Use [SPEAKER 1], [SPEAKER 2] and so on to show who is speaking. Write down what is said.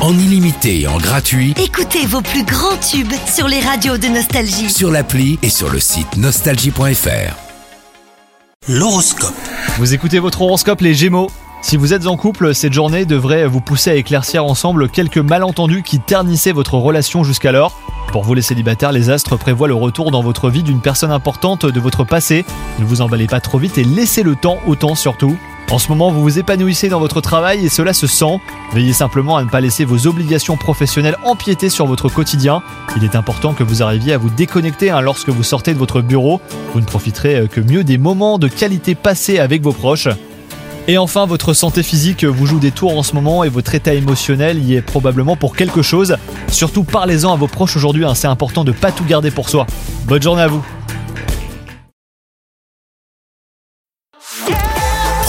[SPEAKER 1] en illimité et en gratuit
[SPEAKER 2] Écoutez vos plus grands tubes sur les radios de Nostalgie.
[SPEAKER 1] sur l'appli et sur le site nostalgie.fr. L'horoscope.
[SPEAKER 3] Vous écoutez votre horoscope les Gémeaux. Si vous êtes en couple, cette journée devrait vous pousser à éclaircir ensemble quelques malentendus qui ternissaient votre relation jusqu'alors. Pour vous les célibataires, les astres prévoient le retour dans votre vie d'une personne importante de votre passé. Ne vous emballez pas trop vite et laissez le temps au temps surtout. En ce moment, vous vous épanouissez dans votre travail et cela se sent. Veillez simplement à ne pas laisser vos obligations professionnelles empiéter sur votre quotidien. Il est important que vous arriviez à vous déconnecter hein, lorsque vous sortez de votre bureau. Vous ne profiterez euh, que mieux des moments de qualité passés avec vos proches. Et enfin, votre santé physique vous joue des tours en ce moment et votre état émotionnel y est probablement pour quelque chose. Surtout parlez-en à vos proches aujourd'hui, hein, c'est important de pas tout garder pour soi. Bonne journée à vous